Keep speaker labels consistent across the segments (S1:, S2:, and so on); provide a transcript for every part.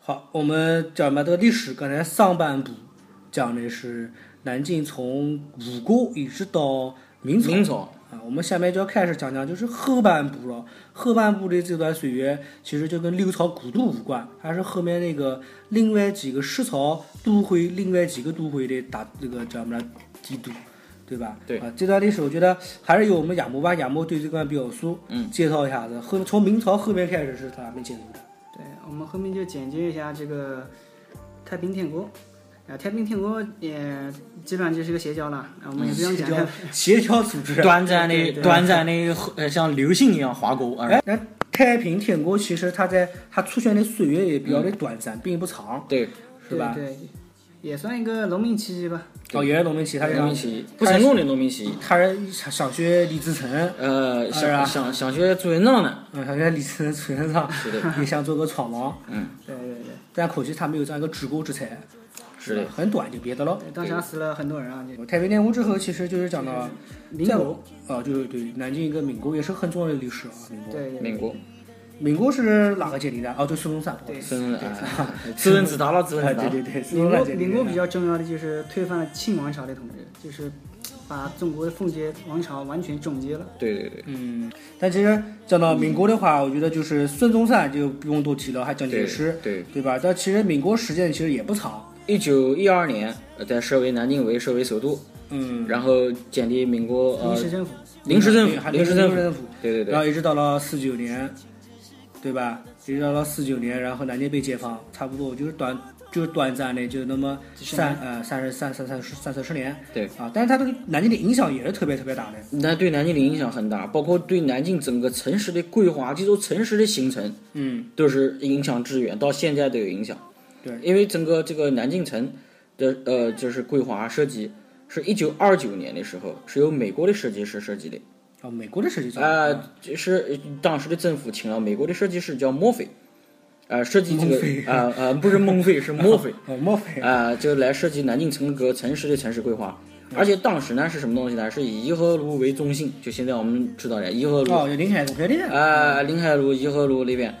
S1: 好，我们讲嘛这个历史，刚才上半部讲的是南京从吴国一直到明朝。
S2: 明朝，
S1: 啊，我们下面就要开始讲讲，就是后半部了。后半部的这段岁月，其实就跟六朝古都无关，它是后面那个另外几个十朝都会、另外几个都会的打那个叫什么来帝都，对吧？
S2: 对
S1: 啊，这段历史我觉得还是由我们亚摩吧，亚摩对这段比较熟，
S2: 嗯，
S1: 介绍一下子。后从明朝后面开始是他们介绍的，
S3: 对，我们后面就简介一下这个太平天国。啊，太平天国也基本上就是个邪教了，啊，我们也不用
S1: 嗯协
S3: 讲
S1: 调
S3: 太
S1: 协调组 织。
S2: 短暂
S3: 对对
S2: 的
S3: 对
S2: 短暂的呃像流星一样划过，而
S1: 哎，那太平天国其实它在它出现的岁月也比较的短暂，并不长，
S2: 对
S1: 是吧？
S3: 对，对也算一个农民起义吧。
S1: 哦，也是农民起义，它是
S2: 农民起义不成功的农民起义，
S1: 他是想想学李自成，
S2: 呃，
S1: 是啊
S2: 想想想学朱元璋呢，
S1: 嗯，想学李自成出身上，
S2: 是的，
S1: 也想做个闯王，
S3: 对对对，
S1: 但可惜他没有这样一个治国之才，
S2: 是的，
S1: 很短就别的了。嗯
S3: 对当时还死了很多人啊，这
S1: 太平天国之后，其实就是讲到，
S3: 民
S1: 在
S3: 国，
S1: 啊，对对对，南京一个民国也是很重要的历史啊，民国。
S3: 对对对
S2: 民国，
S1: 民国是哪个建立的？哦，就孙中山。不好意思
S2: 孙文啊， 自问自答了，自问
S1: 哎
S2: 自
S1: 对
S2: 答，
S1: 对对，孙
S3: 民
S1: 中山
S3: 国
S1: 建立的。
S3: 民国比较重要的就是推翻了清王朝的统治，就是把中国的封建王朝完全终结了。
S2: 对对对，
S1: 嗯，但其实讲到民国的话，我觉得就是孙中山就不用多提了，还蒋介石，
S2: 对，
S1: 对吧？但其实民国时间其实也不长，
S2: 一九一二年，呃，在设为南京为设为首都，
S1: 嗯，
S2: 然后建立民国
S3: 临
S2: 呃
S3: 时政府，
S2: 临时政
S1: 对还
S2: 府，
S1: 临
S2: 临
S1: 时
S2: 时政府，
S1: 政府。
S2: 对对对
S1: 然，后一直到了四九年，对吧？一直到了四九年，然后南京被解放，差不多就是短就是短暂的，就那么
S3: 几十
S1: 三呃三十三三三十三四十年。
S2: 对
S1: 啊，但是它对南京的影响也是特别特别大的。
S2: 那对南京的影响很大，包括对南京整个城市的规划，这座城市的形成
S1: 嗯，
S2: 都是影响致远，到现在都有影响。
S1: 对，
S2: 因为整个这个南京城的呃，就是规划设计，是一九二九年的时候是由美国的设计师设计的，
S1: 啊，美国的设计者
S2: 呃，就是当时的政府请了美国的设计师叫墨菲，呃，设计这
S1: 孟非
S2: 个呃呃不是孟非是 墨菲，
S1: 呃，莫非
S2: 啊，就来设计南京整个城市的城市规划。而且当时呢是什么东西呢？是以颐和路为中心，就现在我们知道的颐和路，
S1: 哦，有林海肯定的，
S2: 啊，临海路、颐和路那边，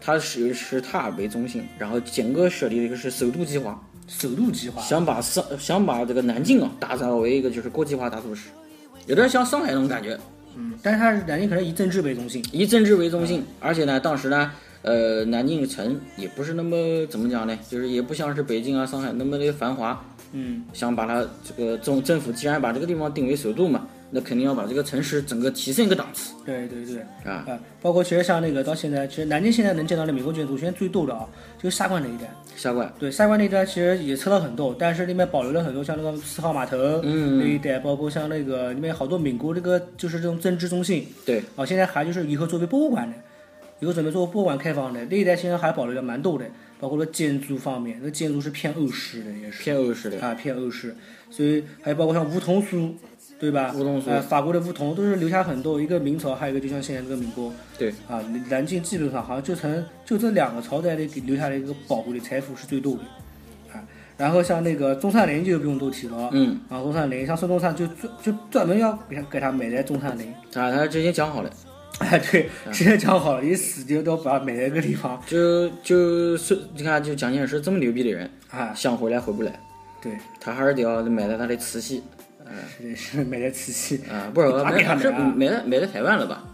S2: 它是是它为中心，然后整个设立了一个是首都计划，
S1: 首都计划。
S2: 想把上想把这个南京啊打造为一个就是国际化大都市，有点像上海那种感觉，
S1: 嗯，但是它是南京可能以政治为中心，
S2: 以政治为中心，而且呢，当时呢。呃，南京城也不是那么怎么讲呢，就是也不像是北京啊、上海那么的繁华，
S1: 嗯，
S2: 想把它这个政政府既然把这个地方定为首都嘛，那肯定要把这个城市整个提升一个档次
S1: 对对对，
S2: 啊。
S1: 啊，包括其实像那个到现在，其实南京现在能见到的美国建筑，现在最多的啊，就是下关那一带。
S2: 下关，
S1: 对，三观那一带其实也撤了很多，但是那边保留了很多，像那个四号码头、
S2: 嗯
S1: 那一带，包括像那个里面好多民国这个就是这种政治中心
S2: 对，
S1: 啊，现在还就是以后作为博物馆的，以后准备做博物馆开放的那一带，现在还保留了蛮多的，包括了建筑方面，那建筑是偏欧式的也是
S2: 偏欧式的，
S1: 啊，偏欧式，所以还有包括像梧桐树，对吧？
S2: 梧桐树
S1: 呃，法国的梧桐都是留下很多，一个明朝，还有一个就像现在这个民国
S2: 对，
S1: 啊，南京基本上好像就成就这两个朝代的给留下的一个宝贵的财富是最多的啊。然后像那个中山陵就不用多提了，
S2: 嗯。
S1: 啊，中山陵像孙中山就专就专门要给他给他买在中山陵，
S2: 啊，他直接讲好了，
S1: 哎，对，
S2: 嗯
S1: 直接讲好了，你死就都把它埋在一个地方，
S2: 就就是你看，就蒋介石这么牛逼的人，
S1: 啊，
S2: 想回来回不来，
S1: 对，
S2: 他还是得要埋在他的慈禧
S1: 是的，是埋在慈禧，
S2: 啊，不是
S1: 哪
S2: 埋
S1: 给他
S2: 是
S1: 埋啊
S2: 埋在埋在台湾了吧？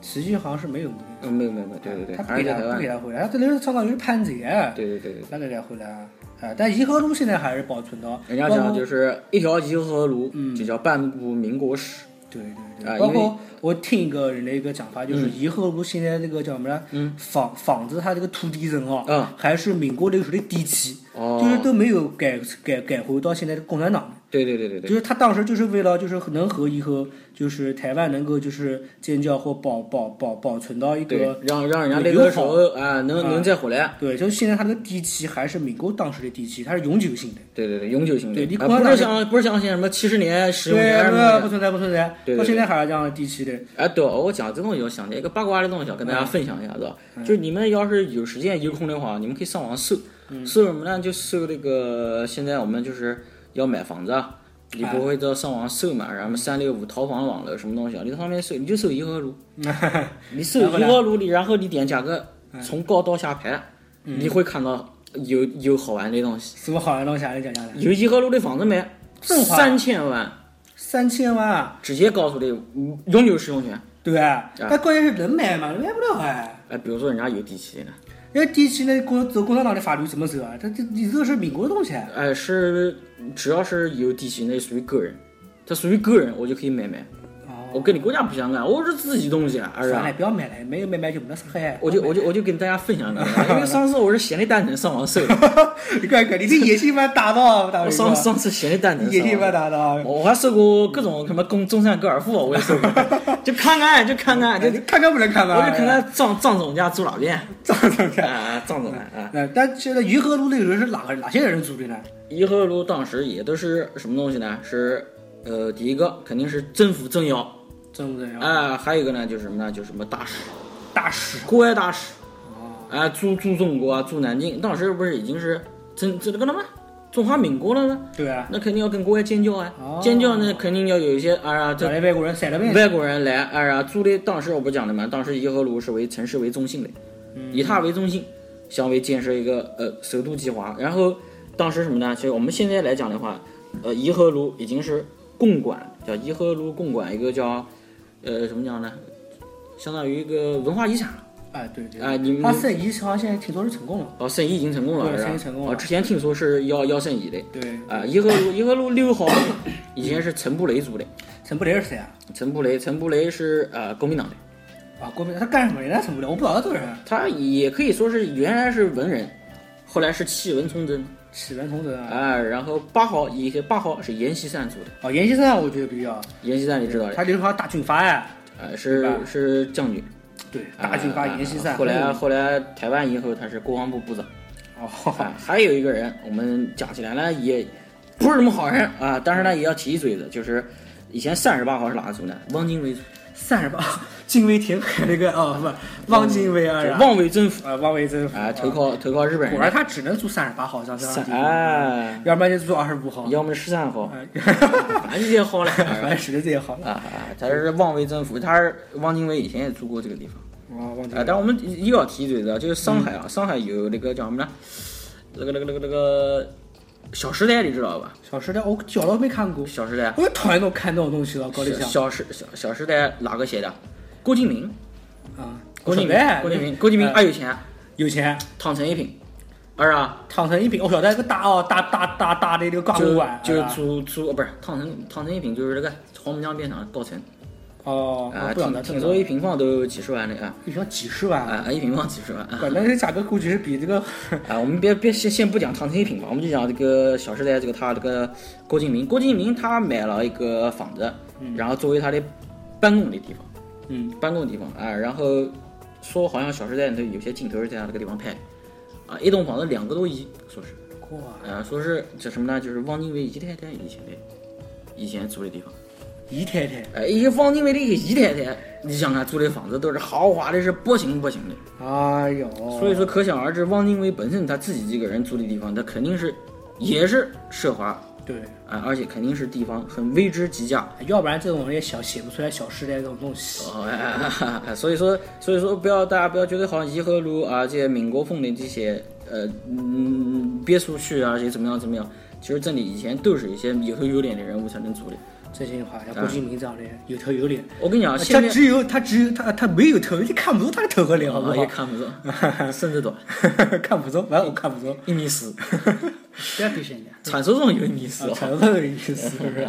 S1: 慈禧好像是没有的，
S2: 嗯，没有没有没有，对对对，
S1: 他不
S2: 还
S1: 给
S2: 是
S1: 他
S2: 在台
S1: 不给
S2: 湾，
S1: 他回来，他这人相当于是叛贼啊，
S2: 对对对对。
S1: 哪给他回来啊？啊，但颐和路现在还是保存到，
S2: 人家
S1: 包
S2: 哎讲啊
S1: 括
S2: 就是一条颐和路，
S1: 嗯
S2: 就叫半部民国史。
S1: 对对
S2: 啊
S1: 对，包
S2: 因为
S1: 括我听一个人的一个讲法，就是颐和路现在那个叫什么呢？
S2: 嗯，
S1: 仿仿制它这个土地人哦，
S2: 嗯
S1: 还是民国历史的地契，
S2: 哦，
S1: 就是都没有改改改回到现在的共产党。
S2: 对对对对对，
S1: 就是他当时就是为了就是能和以后就是台湾能够就是建交或保保保保存到一
S2: 对
S1: 个。，
S2: 让让人家
S1: 有
S2: 那
S1: 友
S2: 个时
S1: 好
S2: 候啊，能
S1: 啊
S2: 能再回来，
S1: 对，就是现在它这个地契还是民国当时的地契，它是永久性的。
S2: 对对对，永久性
S1: 对你
S2: 的，啊
S1: 光
S2: 不
S1: 打
S2: 是
S1: 这
S2: 像不是像现在什么七十年、十五
S1: 对，
S2: 年什么
S1: 不不
S2: 的。
S1: 存在不存在，
S2: 对对
S1: 到
S2: 对
S1: 现在还是这样的地契的。
S2: 哎，对，我讲这东西，我想起一个八卦的东西，要跟大家分享一下，是吧？就是你们要是有时间有空的话，你们可以上网搜，搜什么呢？就搜那个现在我们就是要买房子啊，你不会到上网搜嘛？然后三六五淘房网了什么东西啊？你上面搜，你就搜颐和路，你搜颐和路里，然后你点价格，从高到下排，你会看到有有好玩的东西。
S1: 什么好玩东西啊？你讲讲来。
S2: 有颐和路的房子没？
S1: 正话
S2: 三千万，
S1: 三千万啊，
S2: 直接告诉你嗯永久使用权。
S1: 对吧？
S2: 啊
S1: 但关键是能买吗？买不了哎。
S2: 哎，比如说人家有地契呢，
S1: 那第七呢？共走共产党的法律怎么走啊？这这你这个是民国的东西啊，
S2: 哎，是只要是有地契，那属于个人，它属于个人，我就可以买卖。
S1: 哦，
S2: 我跟你国家不相干，我是自己东西啊，
S1: 算
S2: 是吧
S1: 了，？不要买了，没有买买就没得哎伤害。
S2: 我就我就我就跟大家分享一下，因为上次我是闲的蛋疼上网搜，
S1: 你看看，你这野心蛮大的啊，大
S2: 我
S1: 伟
S2: 上
S1: 哥，
S2: 上次闲的蛋疼
S1: 野
S2: 上
S1: 心蛮
S2: 网搜。
S1: 大的啊。
S2: 我还搜过各种什么中中山高尔夫，啊我也搜过， 就看看就看 看，就
S1: 哎你看看不能看吧？
S2: 我就看看张张总家住哪 边
S1: 这样子。
S2: 啊，张总啊，
S1: 那哎但现在颐和路那个人是哪个哪些人租的呢？
S2: 颐和路当时也都是什么东西呢？是呃，第一个肯定是政府政要，
S1: 真不真要？
S2: 哎，还有一个呢就是什么呢？就是什么大使，
S1: 大使
S2: 国外大使，
S1: 啊，
S2: 哎，驻驻中国啊，驻南京，当时不是已经是这这个了吗？中华民国了吗？
S1: 对啊，
S2: 那肯定要跟国外建交啊
S1: 哦，
S2: 建交呢肯定要有一些啊，
S1: 找
S2: 这
S1: 来外国人塞了呗。
S2: 外国人来啊，租的当时我不是讲的嘛，当时颐和路是为城市为中心的，以它为中心，想为建设一个呃首都计划。然后当时什么呢？其实我们现在来讲的话，呃，颐和路已经是共管，叫颐和路共管一个叫呃怎么讲呢？相当于一个文化遗产
S1: 啊，对对。
S2: 啊、你们
S1: 他申遗好像现在挺多人成功了。
S2: 哦，申遗已经成功了
S1: 对
S2: 是吧
S1: 申遗成功？了
S2: 哦，之前听说是要要申遗的
S1: 对，
S2: 啊。颐和路颐和路六号以前是陈布雷租的，
S1: 陈布雷是谁啊？
S2: 陈布雷陈布雷是呃国民党的。
S1: 啊，国民他干什么？人家陈布雷，我不知道他这个人。
S2: 他也可以说是原来是文人，后来是弃文从政
S1: 启文同仁啊，
S2: 啊、然后八号一些八号是阎锡山做的，
S1: 哦，阎锡山我觉得比较，
S2: 阎锡山你知道的，
S1: 他就是好像大军阀呀，
S2: 呃，
S1: 对
S2: 是
S1: 吧
S2: 是将军，
S1: 对，
S2: 啊
S1: 大军阀阎锡山。
S2: 后来啊后来台湾以后他是国防部部长，
S1: 哦，
S2: 啊，还有一个人我们讲起来呢也不是什么好人啊，但是呢也要提一嘴的，就是以前三十八号是哪个组呢？汪精卫组，
S1: 三十八，金威田海那个哦，不，汪精卫啊，
S2: 就
S1: 然后
S2: 汪伪政府
S1: 啊，汪维真
S2: 啊，投靠投靠日本
S1: 果
S2: 人
S1: 然，他只能住三十八号，像这
S2: 三
S1: 样地
S2: 哎，
S1: 方，要不然就住二十五号，
S2: 要么十三号，啊
S1: 哎
S2: 反正也好了。
S1: 反正实力这也好了。
S2: 啊，啊，他是汪伪政府，他是汪精卫以前也住过这个地方
S1: 啊，忘记
S2: 啊。
S1: 了，
S2: 但我们又要提一嘴的，就是上海啊，上海有那个叫什么呢？那个那个那个那个《小时代》，你知道吧？
S1: 小时代我小时候没看过，
S2: 《小时代
S1: 我讨厌那种看那种东西了，搞》得
S2: 小
S1: 像
S2: 小时小小时代哪个写的？郭敬明，
S1: 啊，
S2: 郭敬
S1: 明
S2: 明，郭敬明，郭敬明
S1: 哎
S2: 二有钱，
S1: 有钱，
S2: 汤臣一品，二啊，
S1: 烫成一品，我晓得一个大哦，大大大大的那个钢
S2: 就
S1: 锅碗，
S2: 就是
S1: 啊
S2: 租租哦，不是汤臣汤臣一品就是那个黄浦江边上高层
S1: 哦，
S2: 啊，
S1: 我不晓得这
S2: 听听
S1: 个
S2: 说一平方都几十万的啊
S1: 一瓶几十万，
S2: 啊，一平方几十万啊。
S1: 管那个价格估计是比这 个
S2: 啊，我们别别先先不讲唐黑品吧，我们就讲这个《小时代》这个他这个郭敬明，郭敬明他买了一个房子，然后作为他的办公的地方，
S1: 嗯，
S2: 办公地方啊，然后说好像《小时代》里头有些镜头是在那个地方拍的，啊，一栋房子两个多亿，说是，啊，说是这什么呢？就是汪精卫姨太太以前的以前住的地方，
S1: 姨太太
S2: 哎、一个汪精卫的一个姨太太，你想想住的房子都是豪华的，是波形波形的。
S1: 哎呦，
S2: 所以说，可想而知，汪精卫本身他自己一个人住的地方，他肯定是也是奢华啊、
S1: 对，
S2: 而且肯定是地方很微之极价。
S1: 哎要不然这种人也小写不出来《小时代》这种东西。
S2: 哦，哎哎哎哎所以说，所以说不要大家不要觉得好像颐和路啊这些民国风的这些呃嗯别墅区啊这些怎么样怎么样，其实这里以前都是一些有头有脸的人物才能住的。
S1: 真心话，
S2: 啊
S1: 像郭敬明这样的人有头有脸，
S2: 我跟你讲，现
S1: 他
S2: 在
S1: 只有他只有他他没有头，你看不出他的头和脸，好不
S2: 啊
S1: 好
S2: 也？看不着， 身子短，
S1: 看不出，反正我看不出。
S2: 一米四，
S3: 不要鄙视人家。
S2: 传说中有一米四哦。
S1: 啊成分的意思，是不是？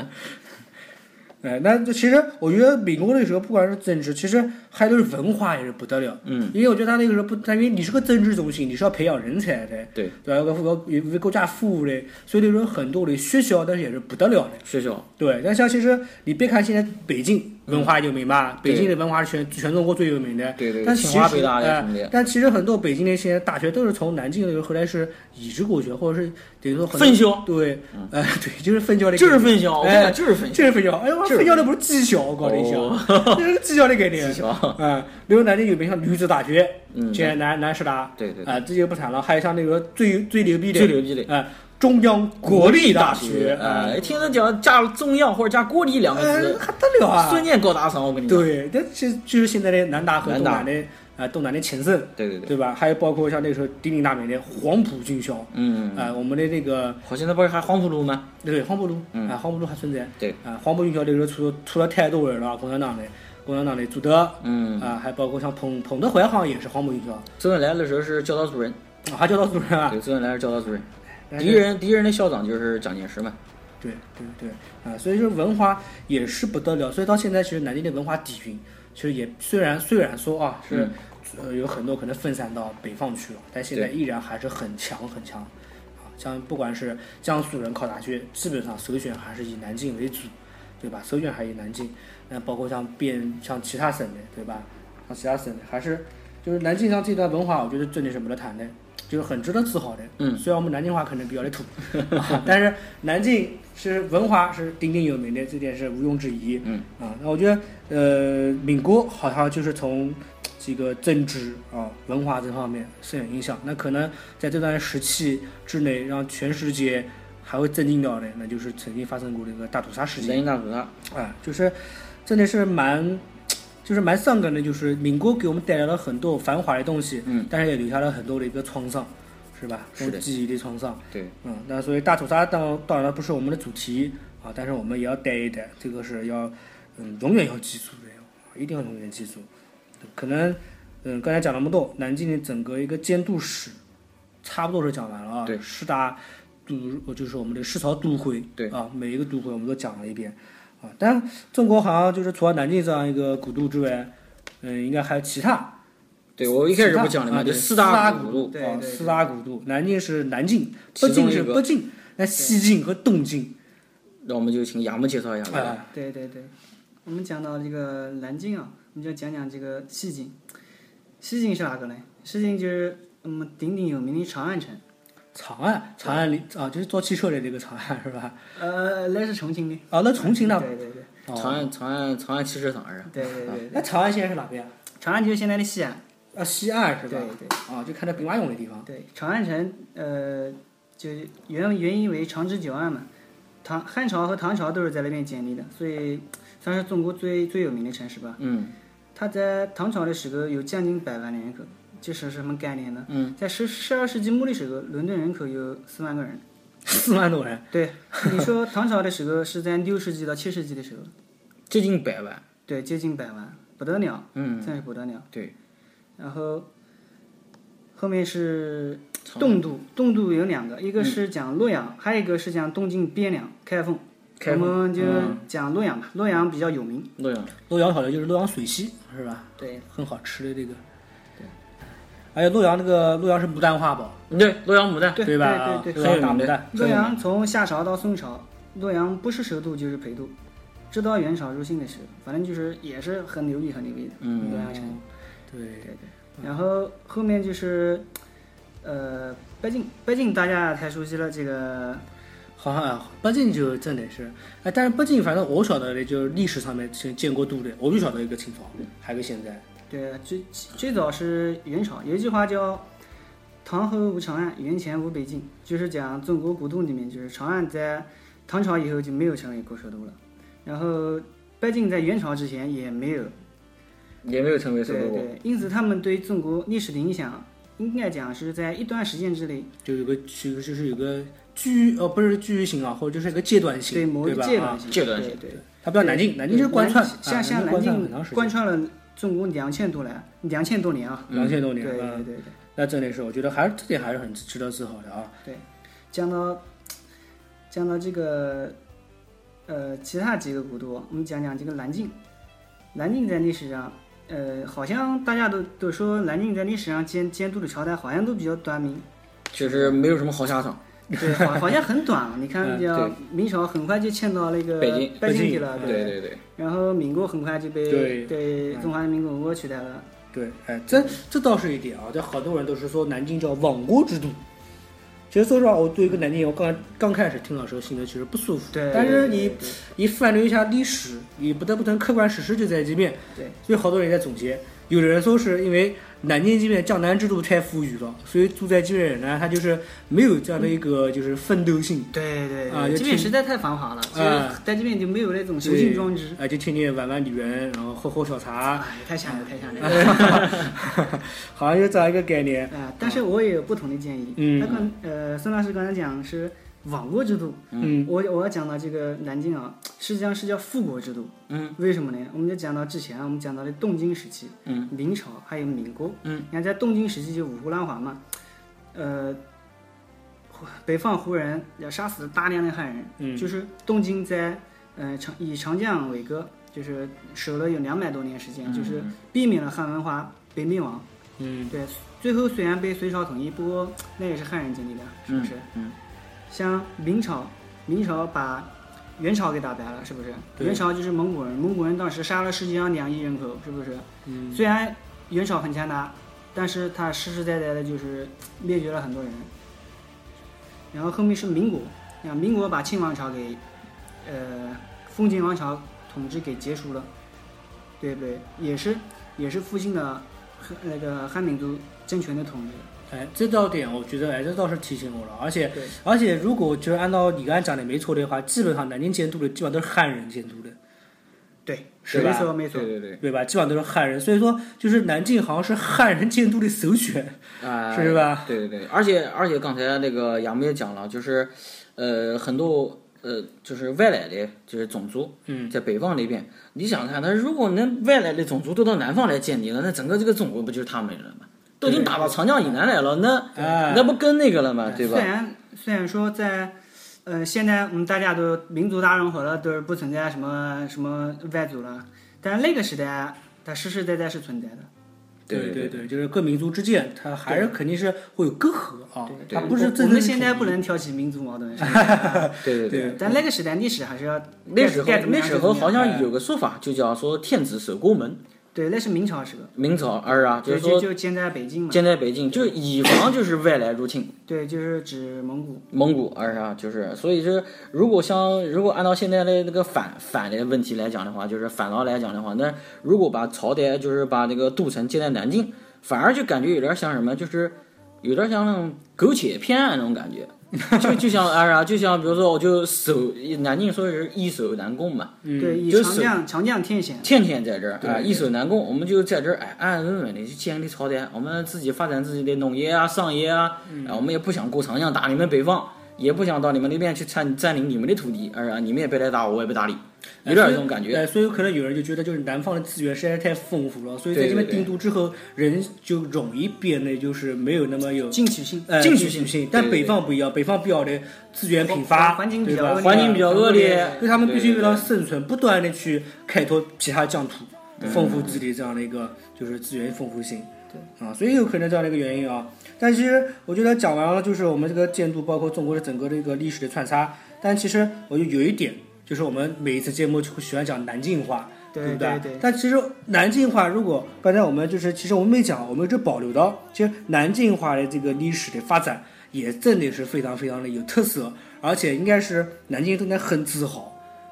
S1: 哎，那就其实我觉得民国那时候，不管是政治，其实还有就是文化也是不得了。
S2: 嗯，
S1: 因为我觉得他那个时候不，他因为你是个政治中心，你是要培养人才的，
S2: 对
S1: 对吧？要为为国家服务的，所以那时候很多的学校，但是也是不得了的。
S2: 学校
S1: 对，但像其实你别看现在北京文化有名吧，
S2: 对
S1: 北京的文化是全全中国最有名的。
S2: 对对
S1: 但
S2: 清
S1: 其实
S2: 华北大呀
S1: 哎
S2: 什么的
S1: 但其实很多北京的一些大学都是从南京那个后来是移植过去，或者是等于说很多
S2: 分校
S1: 对，
S2: 嗯
S1: 呃， 对，就是分校的，
S2: 就是分校，我跟你
S1: 哎
S2: 讲就是分校。
S1: 就是分校。哎呦，
S2: 就是哦
S1: 分校那不是技校，我搞了一 下，这是技校的概念。
S2: 技校
S1: 啊，比如南京有名像女子大学，
S2: 嗯
S1: 建南南师大，
S2: 对对对
S1: 啊，这些不谈了。还有像那个最最牛逼的，
S2: 最牛逼的
S1: 啊，中央国立大学，啊，
S2: 哎，听他讲加中央或者加国立两个
S1: 哎
S2: 字，
S1: 还得了啊！
S2: 瞬间高大上。我跟你讲，
S1: 对，这这就是现在的南大和
S2: 南
S1: 东
S2: 大
S1: 南的啊、东南的前身，
S2: 对对对，
S1: 对吧？还有包括像那个时候鼎鼎大名的黄埔军校，
S2: 嗯，
S1: 啊、我们的那个
S2: 好，现在不是还黄浦路吗？
S1: 对黄埔路，啊、
S2: 嗯
S1: 黄埔路还存在，
S2: 对
S1: 啊、黄埔军校那个时候出了出了太多人了，共产党的，共产党的朱德，啊、
S2: 嗯，
S1: 还包括像彭彭德怀好像也是黄埔军校，
S2: 周恩来那时候是教导主任，
S1: 啊还叫到主任啊，
S2: 对，周恩来是教导主任。
S1: 但是
S2: 敌人敌人的校长就是蒋介石嘛，
S1: 对对对，啊、所以说文化也是不得了，所以到现在其实南京的文化底蕴，其实也虽然虽然说啊是、
S2: 嗯
S1: 呃有很多可能分散到北方去了，但现在依然还是很强很强，啊，像不管是江苏人考大学，基本上首选还是以南京为主，对吧？首选还是以南京，那包括像变像其他省的，对吧？像其他省的还是就是南京像这段文化，我觉得真的是没得谈的。就是很值得自豪的，
S2: 嗯
S1: 虽然我们南京话可能比较的土， 啊但是南京是文化是鼎鼎有名的，这点是毋庸置疑。
S2: 嗯
S1: 啊，那我觉得呃，民国好像就是从这个政治啊、文化这方面深有影响。那可能在这段时期之内，让全世界还会震惊到的，那就是曾经发生过的一个大屠杀事
S2: 南
S1: 件
S2: 京大屠杀，
S1: 啊，就是真的是蛮。就是蛮伤感的，就是民国给我们带来了很多繁华的东西，
S2: 嗯，
S1: 但是也留下了很多的一个创伤，是吧？这种
S2: 是的
S1: 记忆的创伤。
S2: 对，
S1: 嗯，那所以大屠杀当当然不是我们的主题啊，但是我们也要带一带，这个是要嗯永远要记住的，一定要永远记住。可能嗯刚才讲了那么多，南京的整个一个监督史差不多是讲完了啊，
S2: 对
S1: 十大都呃就是我们的十朝都会，
S2: 对
S1: 啊，每一个都会我们都讲了一遍啊，但中国好像就是除了南京这样一个古都之外，嗯，应该还有其他
S2: 对我一开始不讲了
S1: 啊
S2: 嘛，就
S1: 对
S2: 四
S1: 大
S2: 大古都，
S3: 对
S1: 啊
S3: 对
S1: 四
S3: 对
S1: 大古都，南京是南京，
S2: 其
S1: 北
S2: 中
S1: 京
S2: 一
S1: 是
S2: 个
S1: 北京，那西京和东京，
S2: 那我们就请亚木介绍一下吧。
S1: 哎，
S3: 对对对，我们讲到这个南京啊，我们就讲讲这个西京。西京是哪个呢？西京就是我们鼎鼎有名的长安城。
S1: 长安，长安里啊，就是坐汽车的那个长安是吧？
S3: 呃，那是重庆的。
S1: 啊，那重庆呢？
S3: 对对对
S1: 哦
S2: 长安长安长安汽车厂是吧？
S3: 对对对
S1: 那
S3: 对，
S1: 长安现在是哪边啊？
S3: 长安就是现在的西安。
S1: 啊，西安是
S3: 对
S1: 吧？
S3: 对
S1: 啊，就看到兵马俑的地方。
S3: 对，长安城呃，就原原因为长治久安嘛，唐汉朝和唐朝都是在那边建立的，所以算是中国最最有名的城市吧。
S2: 嗯
S3: 它在唐朝的时候有将近百万的人口，这是什么概念呢？
S2: 嗯，
S3: 在十十二世纪末的时候，伦敦人口有 四万个人。
S1: 四万多人，
S3: 对，你说唐朝的时候是在六世纪到七世纪的时候，
S2: 接近百万。
S3: 对，接近百万，不得了，
S2: 嗯，
S3: 真是不得了。
S2: 对，
S3: 然后后面是
S2: 长安
S3: 东都，东都有两
S2: 嗯
S3: 个，一个是讲洛阳，还有一个是讲东晋汴梁、开封。
S2: 开
S3: 我们就
S1: 嗯
S3: 讲洛阳吧，洛阳比较有名。
S2: 洛阳，
S1: 洛阳好像就是洛阳水席是吧？
S3: 对，
S1: 很好吃的这个。还有洛阳那个洛阳是牡丹花
S3: 哦
S1: 堡，
S2: 对洛阳牡丹，
S3: 对
S1: 吧？啊
S3: 对对对
S1: 洛阳大
S2: 很有名
S1: 牡
S2: 的
S1: 丹，
S3: 洛阳从夏朝到宋朝，洛阳不是首都就是陪都，直到元朝入侵的时候，反正就是也是很牛逼很牛逼的
S2: 嗯
S3: 洛阳城。
S1: 对，
S3: 然后后面就是，呃，北京，北京大家太熟悉了，这个
S1: 好像啊，北京就真的是，哎，但是北京反正我晓得的，就是历史上面建建国都的，我就晓得一个清朝，还有一个现在。
S3: 对最最早是元朝，有一句话叫“唐后无长安，元前无北京”，就是讲中国古都里面，就是长安在唐朝以后就没有成为国首都了，然后北京在元朝之前也没有，
S2: 也没有成为
S3: 对
S2: 首都过。
S3: 对，因此他们对中国历史的影响，应该讲是在一段时间之内
S1: 就有个就就是有个居呃不是居于性啊，或者就是一个阶段性，
S3: 对某一
S1: 吧？
S3: 阶段
S1: 啊，
S3: 性，
S2: 阶段性
S3: 对对。
S1: 它不像南京，南京就是贯穿，啊
S3: 像像
S1: 南
S3: 南
S1: 京很
S3: 京
S1: 长时
S3: 贯
S1: 间，
S3: 穿了中国两千多年，两千多年啊。
S1: 两千多
S3: 对
S1: 年
S3: 对
S1: 啊
S3: 对。对。
S1: 那真的是，我觉得还是这点还是很值得自豪的啊。
S3: 讲到讲到这个呃其他几个古都，我们讲讲这个南京。南京在历史上，呃，好像大家都都说南京在历史上监监督的朝代好像都比较短命，
S2: 确实没有什么好下场。
S3: 对，好好像很短。你看，
S1: 嗯
S3: 像
S2: 对
S3: 明朝很快就迁到那个
S2: 北京
S3: 北
S1: 北
S3: 京去
S1: 京
S3: 了，
S1: 嗯
S2: 对对对，
S3: 然后民国很快就
S1: 对
S3: 被被
S1: 嗯
S3: 中华人民共和国取代了。
S1: 对，哎，
S3: 嗯
S1: 这这倒是一点啊，这好多人都是说南京叫亡国之都。其实说实话，我对一个南京人，我刚刚开始听到的时候，心里其实不舒服。
S3: 对，
S1: 但是
S3: 对
S1: 你
S3: 对对
S1: 你反流一下历史，你不得不承认客观事实就在这边。
S3: 对，
S1: 所以好多人在总结，有的人说是因为南京这边江南制度太富裕了，所以住在这边人呢，他就是没有这样的一个就是奋斗性，
S3: 对对
S1: 啊
S3: 对，
S1: 就
S3: 这边
S1: 挺
S3: 实在太繁华了，所
S1: 啊
S3: 以在这边就没有那种雄心壮志。
S1: 哎，就天天玩玩女人，然后喝喝小茶，
S3: 哎，太吓人了，太吓人了！
S1: 好像就这样一个概念。
S3: 啊，但是我也有不同的建议。
S1: 哎嗯
S3: 他刚呃，孙老师刚才讲是亡国之都，
S1: 嗯
S3: 我我要讲到这个南京啊，实际上是叫复国之都。
S2: 嗯，
S3: 为什么呢？我们就讲到之前啊我们讲到的东晋时期，
S2: 嗯，
S3: 明朝还有民国，
S2: 嗯，
S3: 你看在东晋时期就五胡乱华嘛，呃，胡北方胡人要杀死了大量的汉人，
S1: 嗯
S3: 就是东晋在呃长以长江为歌，就是守了有两百多年时间，就是避免了汉文化被灭亡。
S1: 嗯
S3: 对，最后虽然被隋朝统一，不过那也是汉人经历的，是不是？
S2: 嗯嗯
S3: 像明朝，明朝把元朝给打败了，是不是？
S1: 对
S3: 元朝就是蒙古人，蒙古人当时杀了世界上两亿人口，是不是？
S1: 嗯
S3: 虽然元朝很强大，但是他实实在在的就是灭绝了很多人。然后后面是民国，啊，民国把清王朝给，呃，封建王朝统治给结束了，对不对？也是也是复兴了汉那个汉民族政权的统治。
S1: 哎，这道点我觉得哎，这倒是提醒我了，而且
S3: 对
S1: 而且如果就是按照你刚才讲的没错的话，基本上南京监督的基本上都是汉人监督的，
S3: 对，
S1: 是
S3: 没
S1: 吧？
S3: 错没错。
S2: 对对
S1: 对吧？基本上都是汉人，所以说就是南京好像是汉人监督的首选。
S2: 对，啊，
S1: 是吧？
S2: 对对对，而且而且刚才那个杨梅也讲了，就是，呃，很多呃，就是外来的，就是种族，
S1: 嗯，
S2: 在北方那边，你想看，他如果那外来的种族都到南方来建立了，那整个这个中国不就是他们人了吗？都已经打到长江以南来了，那
S1: 哎，
S2: 那不跟那个了吗？啊对吧
S3: 虽？然虽然说在，呃，现在我们大家都民族大融合了，都是不存在什么什么外族了，但那个时代啊它实实在在是存在的。
S1: 对
S2: 对
S1: 对，就是各民族之间，它还是肯定是会有隔阂啊，
S3: 对，
S1: 它不是
S3: 我
S1: 真正
S3: 我们
S1: 的
S3: 现在
S1: 统一
S3: 不能挑起民族矛 盾，是吧
S2: 对对对。
S3: 但那个时代历史还是要
S2: 那时候
S3: 该该怎么
S2: 那
S3: 样
S2: 时
S3: 就怎
S2: 候好
S3: 么样哎
S2: 像有个说法，就叫说天子守国门，
S3: 对，那是明朝时候，
S2: 明朝二啊，就
S3: 就是就
S2: 说
S3: 就建在北京嘛，
S2: 建在北京，就是以防就是外来入侵。
S3: 对，就是指蒙古，
S2: 蒙古二啊，就是，所以说，如果像如果按照现在的那个反反的问题来讲的话，就是反朝来讲的话，那如果把朝代就是把那个都城建在南京，反而就感觉有点像什么，就是有点像那种苟且偏安那种感觉，就就像二啊，就像比如说我就守南京说是易守难攻嘛，
S3: 对，以
S2: 嗯就是
S3: 长江长江天险，
S2: 天天在这儿啊，
S1: 对
S2: 易守难攻，我们就在这儿哎，安安稳稳的去建立朝代，我们自己发展自己的农业啊、商业啊，
S1: 嗯
S2: 啊，我们也不想过长江打你们北方，也不想到你们那边去占占领你们的土地，哎啊，你们也别来打我，我也不搭理，有点这种感觉。
S1: 哎，所以可能有人就觉得，就是南方的资源实在太丰富了，所以在这边定都之后，人就容易变得就是没有那么有
S3: 进取性，
S1: 呃
S2: 进取
S1: 取
S2: 性
S1: 性。但
S2: 对
S1: 北方不一样，北方比较的资源
S3: 环
S1: 贫乏，
S3: 环境比
S1: 对
S3: 较
S1: 吧
S3: 恶劣，
S2: 环境比较恶劣
S1: 所以他们必须为了
S2: 对对
S1: 生存，不断的去开拓其他疆土，丰富自己这样的一个就是资源丰富性。对啊，所以有可能这样的一个原因啊。但其实我觉得讲完了，就是我们这个建筑，包括中国的整个这个历史的穿插。但其实我就有一点，就是我们每一次节目就会喜欢讲南京话，
S3: 对
S1: 不对？
S3: 对，
S1: 但其实南京话，如果刚才我们就是，其实我们没讲，我们这保留到，其实南京话的这个历史的发展，也真的是非常非常的有特色，而且应该是南京真的很自豪。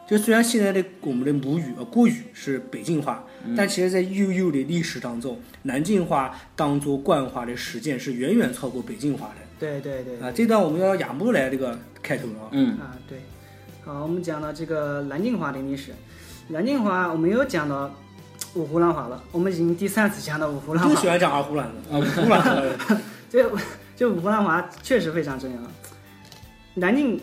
S1: 就虽然现在的我们的母语呃国语是北京话，但其实在悠悠的历史当中，南京话当做官话的实践是远远超过北京话的。
S3: 对对对，
S1: 啊，这段我们要亚木来这个开头了啊。
S2: 嗯，
S3: 啊，对。好，我们讲到这个南京话的历史，南京话我们又讲到五胡乱华了，我们已经第三次讲到五胡乱
S1: 就
S3: 华
S1: 喜，欢讲二胡乱子啊，胡乱子。
S3: 这这五胡乱华确实非常重要。南京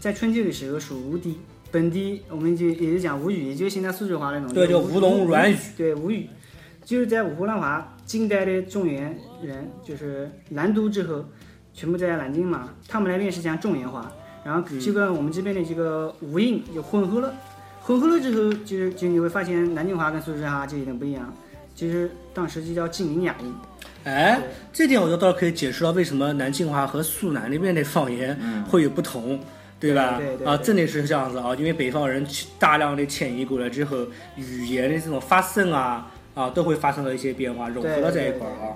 S3: 在春秋的时候属吴地，本地我们就也就讲吴语，也就是现在苏州话那种，
S1: 对
S3: 就
S1: 叫吴侬软语，
S3: 对吴语，就是在五胡乱华近代的中原人，就是南都之后，全部在南京嘛，他们那边是讲中原话，然
S1: 嗯
S3: 后就跟我们这边的这个吴音就混合了，混合了之后，就是就你会发现南京话跟苏州话就有点不一样，就是当时就叫金陵雅音，
S1: 哎，这点我就倒可以解释了，为什么南京话和苏南那边的方言会有不同，对吧？
S3: 嗯对对对
S1: 啊，
S3: 对
S1: 真的是这样子啊，因为北方人去大量的迁移过来之后，语言的这种发声啊啊，都会发生了一些变化，融合
S3: 对
S1: 了在一块儿啊。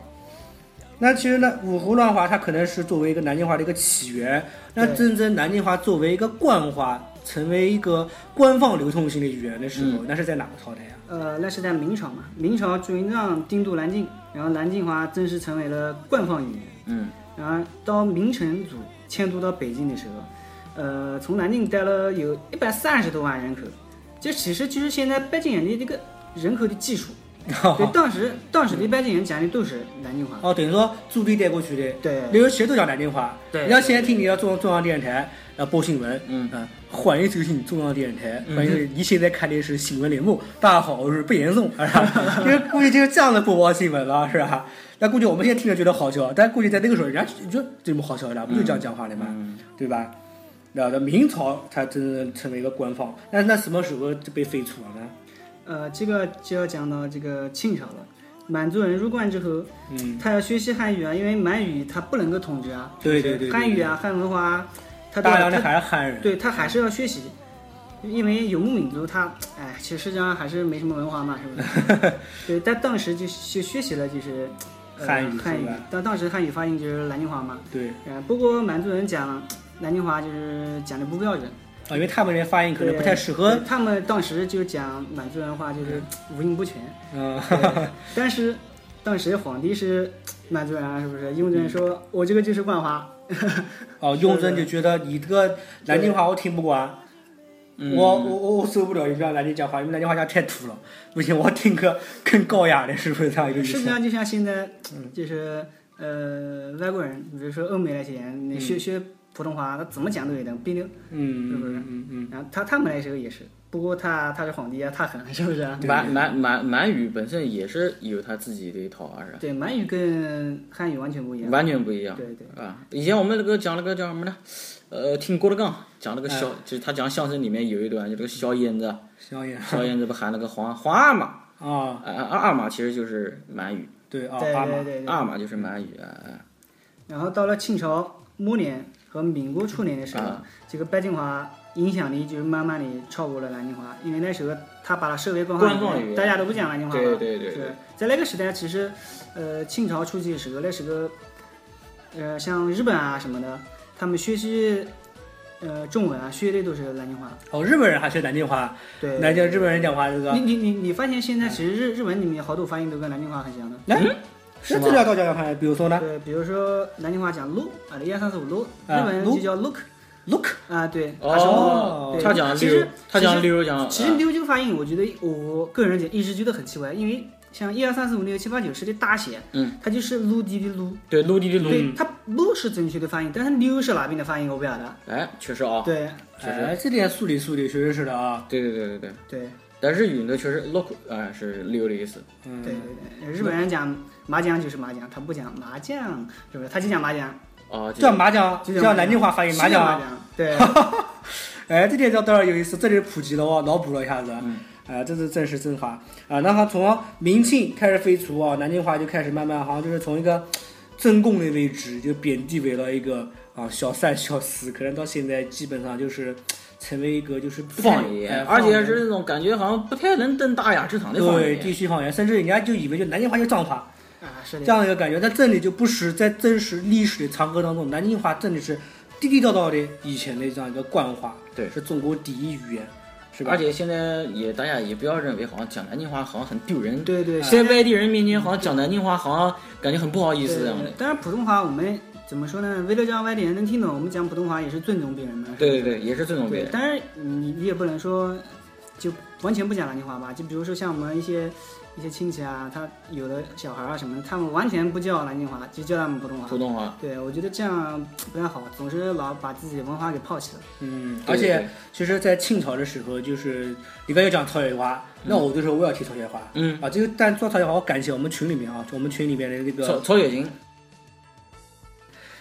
S1: 那其实呢，五胡乱华它可能是作为一个南京话的一个起源，那
S3: 对
S1: 真正南京话作为一个官话，成为一个官方流通性
S3: 嗯
S1: 的语言的时候，那是在哪个朝代呀、
S3: 呃，那是在明朝嘛，明朝朱元璋定都南京，然后南京话正式成为了官方语言。
S2: 嗯，
S3: 然后到明成祖迁都到北京的时候，呃，从南京带了有一百三十多万人口，这其实就是现在北京人的这个人口的基数。
S1: 啊
S3: 对，当时当时的北京人讲的都是南京话。
S1: 哦，等于说祖辈带过去的，
S3: 对
S1: 那时候谁都讲南京话。
S3: 对
S1: 你要现在听你要中中央电视台要播新闻，
S2: 嗯
S1: 啊，欢迎收听中央电视台，
S2: 嗯
S1: 欢迎收听你现在看的是新闻联播。大家好，我是贝岩松，是吧？ 因为估计就是这样的播报新闻了，是吧？那估计我们现在听着觉得好笑，但估计在那个时候，人家就觉得这么好笑的，不就这样讲话的嘛，对吧？然后明朝才真正成为一个官方，那那什么时候就被废除了呢？
S3: 呃，这个就要讲到这个清朝了。满族人入关之后，
S1: 嗯，
S3: 他要学习汉语啊，因为满语他不能够统治啊，
S1: 对对对，对
S3: 汉语，啊、汉文化啊，他都
S1: 大量
S3: 要
S1: 的
S3: 他
S1: 还是汉人，
S3: 对他还是要学习，因为游牧民族他哎，其实上还是没什么文化嘛，是不是？ 对，但当时就就学习了就是、呃
S1: 汉语
S3: 汉
S1: 是
S3: 语
S1: 吧，
S3: 但当时汉语发音就是南京话嘛，
S1: 对
S3: 呃，不过满族人讲南京话就是讲的不标准，
S1: 啊，因为他们这发音可能不太适合
S3: 对，他们当时就讲满族人话就是五音不全。
S1: 嗯，
S3: 对但是当时皇帝是满族人啊，是不是？雍正说：“我这个就是官话。
S1: 哦，雍正就觉得你这个南京话我听不惯，
S2: 嗯
S1: 我我我我受不了你们这样南京讲话，你们南京话讲太土了，不行，我听个更高雅的，是不是这样一个意
S3: 实际
S1: 思？
S3: 上就像现在，就是呃外国人，比如说欧美那些人，你学、学普通话，他怎么讲都有点别扭。
S1: 嗯，
S3: 是不是
S1: 嗯嗯嗯，
S3: 然后他他们那时候也是，不过他他是皇帝啊，他狠， 是不是啊？
S2: 满满满满语本身也是有他自己的一套啊，是吧
S3: 对，满语跟汉语完全不一样。
S2: 完全不一样。
S3: 对对，
S2: 啊，以前我们那个讲那个叫什么呢？呃，听郭德纲讲那个
S1: 哎
S2: 小，就是他讲相声里面有一段，就这个小燕子，
S1: 香烟
S2: 小燕子不喊那个皇皇阿玛，
S1: 啊，
S2: 啊啊阿玛其实就是满语，
S1: 对啊，
S3: 对
S1: 阿
S3: 对
S1: 玛，
S3: 对对。
S2: 阿玛就是满语啊啊，
S3: 然后到了清朝末年和民国初年的时候，
S2: 啊
S3: 这个北京话影响力就慢慢的超过了南京话，因为那时候他把它设为官
S2: 官
S3: 方
S2: 方
S3: 语
S2: 语
S3: 言，
S2: 言
S3: 大家都不讲南京话
S2: 对
S3: 了。
S2: 对对对
S3: 是，在那个时代，其实，呃，清朝初期的时候，那时候，呃，像日本啊什么的，他们学习，呃，中文啊，学的都是南京话。
S1: 哦，日本人还学南京话，
S3: 对，
S1: 南京日本人讲话这个
S3: 你，你你你发现现在其实日日文里面好多发音都跟南京话很像的。
S1: 嗯那这叫到讲话，比如说呢
S3: 对，比如说南京话讲 look 啊，一二三四五 look，日
S1: 啊
S3: 文
S1: ，look
S3: 就叫 look
S1: ，look，
S3: 啊，对，啊什么
S2: 哦
S3: 对，
S2: 他讲
S3: 其实
S2: 溜，他讲溜讲，啊
S3: 其实溜这个发音，我觉得我个人也一直觉得很奇怪，因为像一二三四五六七八九十的大写，
S2: 嗯，
S3: 它就是撸地的撸，
S2: 对陆地的陆，
S3: 对，它撸是正确的发音，但是溜是哪边的发音我不晓得。
S2: 哎，确实啊，
S3: 对
S2: 确实，
S1: 哎，这点梳理梳理确实是的啊，
S2: 对对对对对，
S3: 对
S2: 但日语呢确实 look 啊是溜的意思，
S1: 嗯
S3: 对，对对，日本人讲麻将就是麻将，他不讲麻将，是不是？他就讲麻将，
S2: 啊，就
S1: 叫麻将，
S3: 就叫
S1: 叫
S3: 麻
S1: 南京话发音
S3: 是
S1: 麻将啊
S3: 麻。将， 对
S1: 哎，这点叫倒是有意思，这里普及了哦，脑补了一下子。
S2: 嗯
S1: 啊，这是正是正法啊。那好，从明清开始废除啊，南京话就开始慢慢好像就是从一个正贡的位置就贬低为了一个啊小三小四，可能到现在基本上就是成为一个就是不太
S2: 方言
S1: 哎，
S2: 而
S1: 方
S2: 且
S1: 言
S2: 是那种感觉好像不太能登大雅之堂的方
S1: 对
S2: 言，
S1: 地区方言，甚至人家就以为就南京话就脏话
S3: 啊是
S1: 这
S3: 的，
S1: 样一个感觉，但这里就不是在真实历史的长河当中，南京话真的是地地道道的以前的这样一个官话，
S2: 对
S1: 是中国第一语言，是吧？
S2: 而且现在也大家也不要认为好像讲南京话好像很丢人，
S3: 对对。
S2: 在外地人面前好像讲南京话好像感觉很不好意思这啊样的
S3: 对。当然普通话我们怎么说呢？为了让外地人能听懂，我们讲普通话也是尊重别人嘛。是不
S2: 对
S3: 是
S2: 对对，也是这种别
S3: 对，
S2: 人。
S3: 当然你你也不能说就完全不讲南京话吧，就比如说像我们一些一些亲戚啊，他有的小孩啊什么的，他们完全不叫南京话，就叫他们普通话
S2: 普。通话，
S3: 对，我觉得这样不太好，总是老把自己文化给抛弃了。
S1: 嗯，
S2: 对
S1: 而且其实，在清朝的时候，就是你刚才讲曹雪芹，那我就说我要提曹雪芹。
S2: 嗯
S1: 啊，这个但说曹雪芹，我感谢我们群里面啊，我们群里面的这
S2: 曹
S1: 个，
S2: 曹雪芹，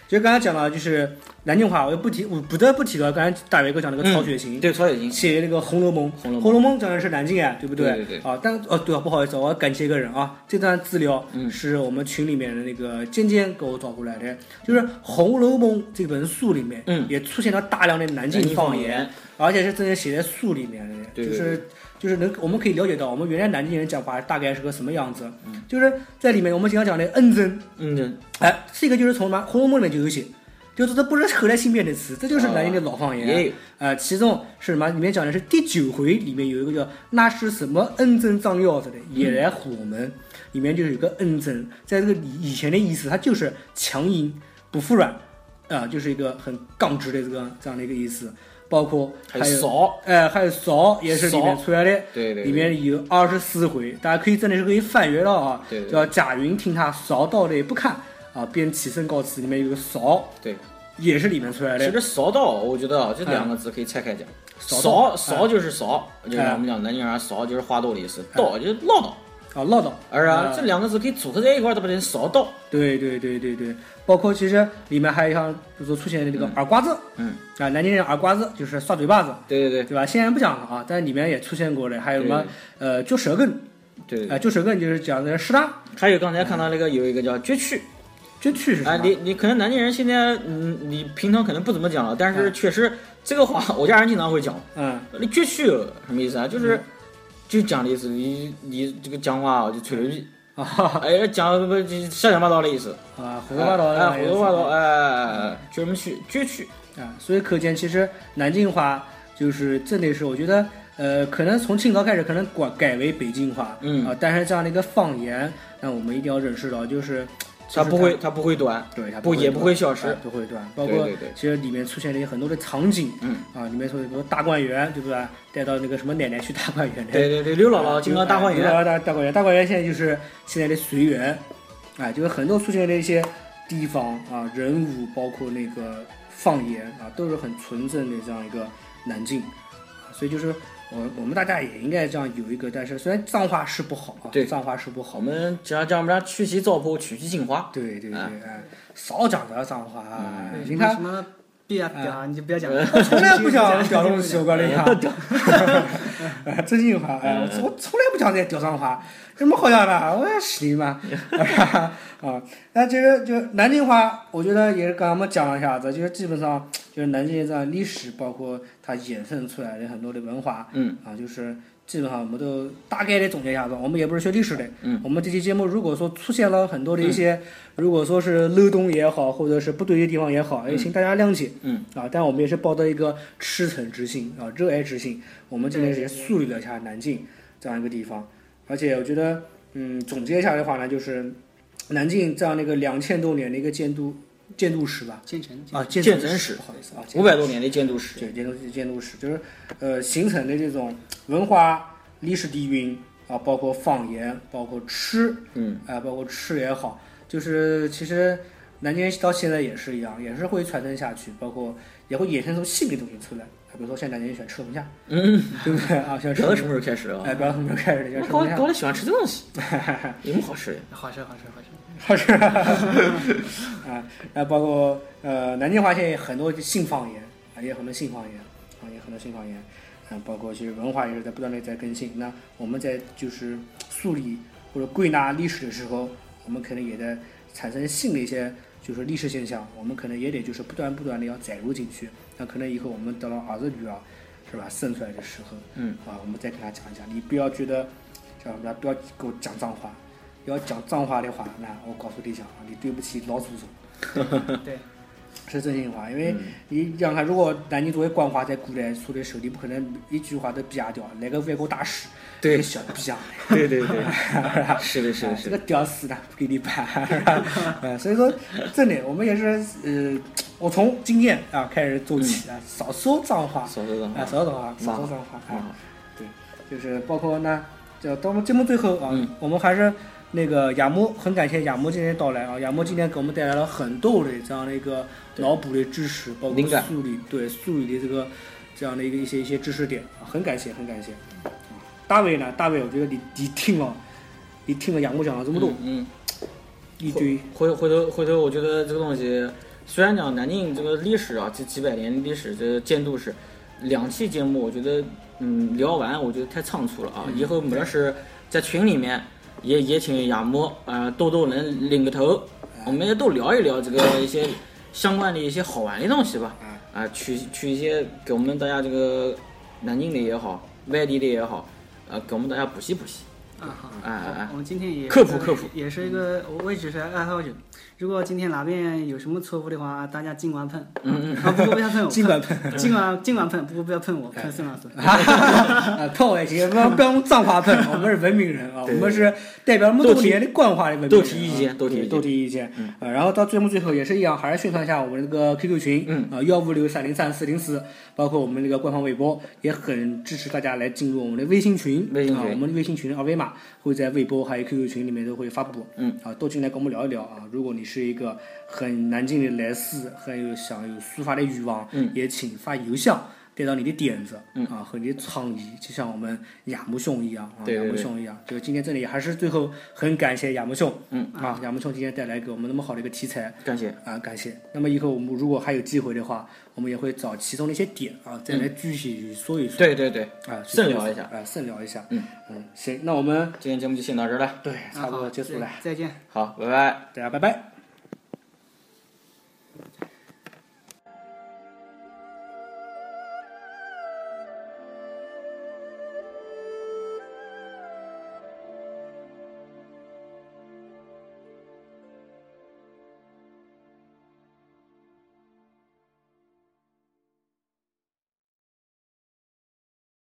S1: 就刚才讲了，就是南京话，我就不提，我不得不提到刚才大伟哥讲那个
S2: 嗯
S1: 曹雪芹。
S2: 对曹雪芹，
S1: 写那个《红楼梦》，
S2: 红楼梦
S1: 红楼梦》讲的是南京啊，对不
S2: 对对
S1: 啊，但哦对啊，不好意思，我要感谢一个人啊，这段资料
S2: 嗯
S1: 是我们群里面的那个尖尖给我找过来的，就是《红楼梦》这本书里面，
S2: 嗯
S1: 也出现了大量的南
S2: 南
S1: 京
S2: 京方
S1: 言，
S2: 言
S1: 而且是真的写在书里面的，
S2: 对
S1: 就
S2: 对
S1: 是就是能我们可以了解到我们原来南京人讲话大概是个什么样子，就是在里面我们经常讲的恩增，
S2: 嗯，
S1: 哎，这个就是从嘛《红楼梦》里面就有写，就是这不是后来新编的词，这就是南京的老方言。
S2: 也有
S1: 呃，其中是什么？里面讲的是第九回，里面有一个叫“那是什么恩真张钥匙
S2: 嗯
S1: 的，也来唬我们”，里面就是有个恩真，在这个以前的意思，它就是强硬不服软，啊、就是一个很刚直的这个这样的一个意思。包括
S2: 还
S1: 有
S2: 少，
S1: 哎、还有勺也是里面
S2: 勺
S1: 出来的，
S2: 对对对
S1: 里面有二十四回，大家可以真的是可以翻阅到啊。
S2: 对对对
S1: 叫贾云听他勺到了也不看啊，便起身告辞。里面有个勺，
S2: 对，
S1: 也是里面出来
S2: 其
S1: 的。
S2: 实“勺到”我觉得啊，这两个字可以拆开讲，“
S1: 勺
S2: 勺
S1: 到
S2: 勺”就是“勺”，就是
S1: 哎
S2: 我们讲南京人“勺”就是花豆的意思，“道”就是唠叨。
S1: 啊，唠叨。
S2: 而啊，
S1: 嗯
S2: 这两个字可以组合在一块儿，它把人勺到。
S1: 对对对对对，包括其实里面还有像比如说出现的这个耳瓜子
S2: 嗯，
S1: 啊，南京人耳瓜子就是刷嘴巴子，
S2: 对对
S1: 对吧？现在不讲了啊，但里面也出现过的，还有什么
S2: 对
S1: 呃揪舌根，
S2: 对对对。
S1: 呃揪舌根就是讲的是他
S2: 还有刚才看到那个有一个叫撅去，
S1: 撅去是
S2: 哎，
S1: 什么？
S2: 你你可能南京人现在嗯，你平常可能不怎么讲了，但是确实这个话 我家人经常会讲。
S1: 嗯，
S2: 你撅去什么意思啊？就是就讲的意思，你你这个讲话啊就吹牛逼，
S1: 啊哈哈
S2: 哎，讲不就瞎讲八道的意思。
S1: 啊，胡说八道，
S2: 哎，胡说八道，
S1: 啊
S2: 哎哎，哎哎撅什么去？撅去，
S1: 啊，所以可见其实南京话就是真的是，我觉得呃，可能从清朝开始可能改改为北京话，
S2: 嗯
S1: 啊，但是这样的一个方言，那我们一定要认识到，就是
S2: 它不会，它不会短，
S1: 对它
S2: 不也不
S1: 断
S2: 会消失
S1: 哎。不会断，包括
S2: 对对对
S1: 其实里面出现了很多的场景，
S2: 嗯
S1: 啊，里面说什么大观园，对不对？带到那个什么奶奶去大观园，
S2: 对对对，刘姥姥进了大观
S1: 刘
S2: 园。
S1: 姥姥大大观园，大观园现在就是现在的随园，啊，就是很多出现的一些地方啊，人物包括那个方言啊，都是很纯正的这样一个南京，啊所以就是我我们大家也应该这样有一个，但是虽然脏话是不好啊，
S2: 对
S1: 脏话是不好
S2: 我，们只要叫我们家去其糟粕，取其精华。
S1: 对对对，
S2: 啊嗯
S1: 哎少讲点脏话啊，
S3: 对
S1: 你看哎
S3: 什么别啊别啊，你就不要讲了，
S1: 从来不讲 屌
S3: 东
S1: 东
S3: 西
S1: 西，我告诉你啊，真心话，哎，
S2: 嗯
S1: 我我从来不讲这些屌脏话，有什么好讲的？我也是你嘛， 啊，那其实就南京话，我觉得也是刚刚我们讲了一下子，就是基本上就是南京这样历史，包括它衍生出来的很多的文化，
S2: 嗯，
S1: 啊，就是基本上我们都大概的总结一下子，我们也不是学历史的，
S2: 嗯，
S1: 我们这期节目如果说出现了很多的一些，如果说是漏洞也好，或者是不对的地方也好，也请大家谅解，
S2: 嗯，
S1: 啊，但我们也是抱着一个赤诚之心啊，热爱之心，我们今天也梳理了一下南京这样一个地方，而且我觉得，嗯，总结一下的话呢，就是南京这样的一个两千多年的一个建都建都史吧，
S3: 建成
S1: 啊，建
S2: 建
S1: 筑
S2: 成史
S1: 不好意思啊，建
S2: 五百多年的建筑史。
S1: 对，监督监督史就是呃形成的这种文化历史底蕴啊，包括方言，包括吃
S2: 嗯，
S1: 啊、包括吃也好，就是其实南京人到现在也是一样，也是会传承下去，包括也会衍生出新的东西出来。啊比如说现在南京人喜欢吃龙虾，嗯，对不对啊？喜欢吃
S2: 不知道
S1: 龙
S2: 什
S1: 虾，
S2: 么时候开始 啊？
S1: 哎，不知道什么时候开始的，喜欢吃
S2: 高
S1: 龙虾
S2: 高，了喜欢吃这 东西，有什么好吃的？
S3: 好事好事好事，
S1: 好吃 啊！那包括呃，南京话现在也很多性方言啊，也有很多性方言啊，也有很多性方言啊，包括其实文化也是在不断的在更新。那我们在就是梳理或者归纳历史的时候，我们可能也在产生新的一些就是历史现象，我们可能也得就是不断不断的要载入进去。那可能以后我们到了儿子女儿是吧生出来的时候，
S2: 嗯
S1: 啊，我们再跟他讲一讲，你不要觉得叫什么不要给我讲脏话。要讲脏话的话，那我告诉你讲啊，你对不起老祖宗，
S3: 对，
S1: 是真心话。因为
S2: 嗯
S1: 你想看，如果南京作为官话在古代说的时候，你不可能一句话都逼掉，来个外国大师，
S2: 对
S1: 一个小逼啊，
S2: 对对 对， 是的，是
S1: 哎这
S2: 的，是
S1: 个
S2: 的。
S1: 屌丝呢不给你办， 哎，所以说真的，我们也是呃，我从今天啊开始做起
S2: 嗯
S1: 啊，少说脏话，
S2: 嫂子的
S1: 啊，少说脏话，少说脏话， 啊。
S2: 啊，
S1: 就是包括呢，就到我们节目最后啊，
S2: 嗯
S1: 我们还是那个亚木，很感谢亚木今天的到来啊，亚木今天给我们带来了很多的这样的一个脑补的知识，包括
S2: 灵感
S1: 梳理对梳理的这个这样的一个一些一些知识点啊，很感谢，很感谢。啊大卫呢，大卫，我觉得你你听了，你听了亚木讲了这么多，
S2: 嗯，
S1: 一堆
S2: 回回头回头，我觉得这个东西，虽然讲南京这个历史啊，这几百年历史，这建筑史，两期节目，我觉得，嗯，聊完我觉得太仓促了啊。以后没事在群里面也也请亚木啊豆豆能领个头，我们也都聊一聊这个一些相关的一些好玩的东西吧。
S1: 啊，
S2: 啊，取取一些给呃我们大家这个南京的也好，外地的也好，啊，给我们大家补习补习。
S3: 啊，好，
S2: 哎哎哎
S3: 我们今天也
S2: 科普科普，
S3: 也是一个
S1: 嗯
S3: 我我也只是爱好者。如果今天哪边有什么错误的话，大家尽管喷，嗯嗯，啊，不过不要喷我，
S1: 尽管哎
S3: 喷，尽管尽管喷，不过不要喷我，喷孙老师。
S1: 啊，喷我也行，不要不要用脏话喷，我们是文明人啊，我们是代表我们多年的官话的文明人啊。
S2: 多提意见
S1: 多
S2: 多提意见嗯
S1: 多提意见。呃，然后到节目最后也是一样，还是宣传一下我们这个 QQ 群，嗯，啊幺五六三零三四零四，包括我们这个官方微博，也很支持大家来进入我们的微信群，
S2: 微信
S1: 啊
S2: 群
S1: 我们的微信群的二维码会在微博还有 QQ 群里面都会发布，嗯，啊，都进来跟我们聊一聊啊。如果你是一个很南京的来事，很有想有抒发的欲望，嗯，也请发邮箱。带到你的点子，嗯啊，和你的创意，就像我们亚木兄一样啊，
S2: 对对
S1: 亚木
S2: 对
S1: 兄一样。这个今天这里还是最后很感谢亚木兄，嗯啊，亚木兄今天带来给我们那么好的一个题材
S2: 感谢，
S1: 啊，感谢。那么以后我们如果还有机会的话，我们也会找其中的一些点啊，再来具体说一说、
S2: 对对对，
S1: 啊，去
S2: 慎聊一下
S1: 啊，慎聊一下。嗯嗯，行，那我们
S2: 今天节目就先到这儿了，
S1: 对，差不多结束了，
S3: 啊，好再见。
S2: 好，拜拜。
S1: 大家拜拜。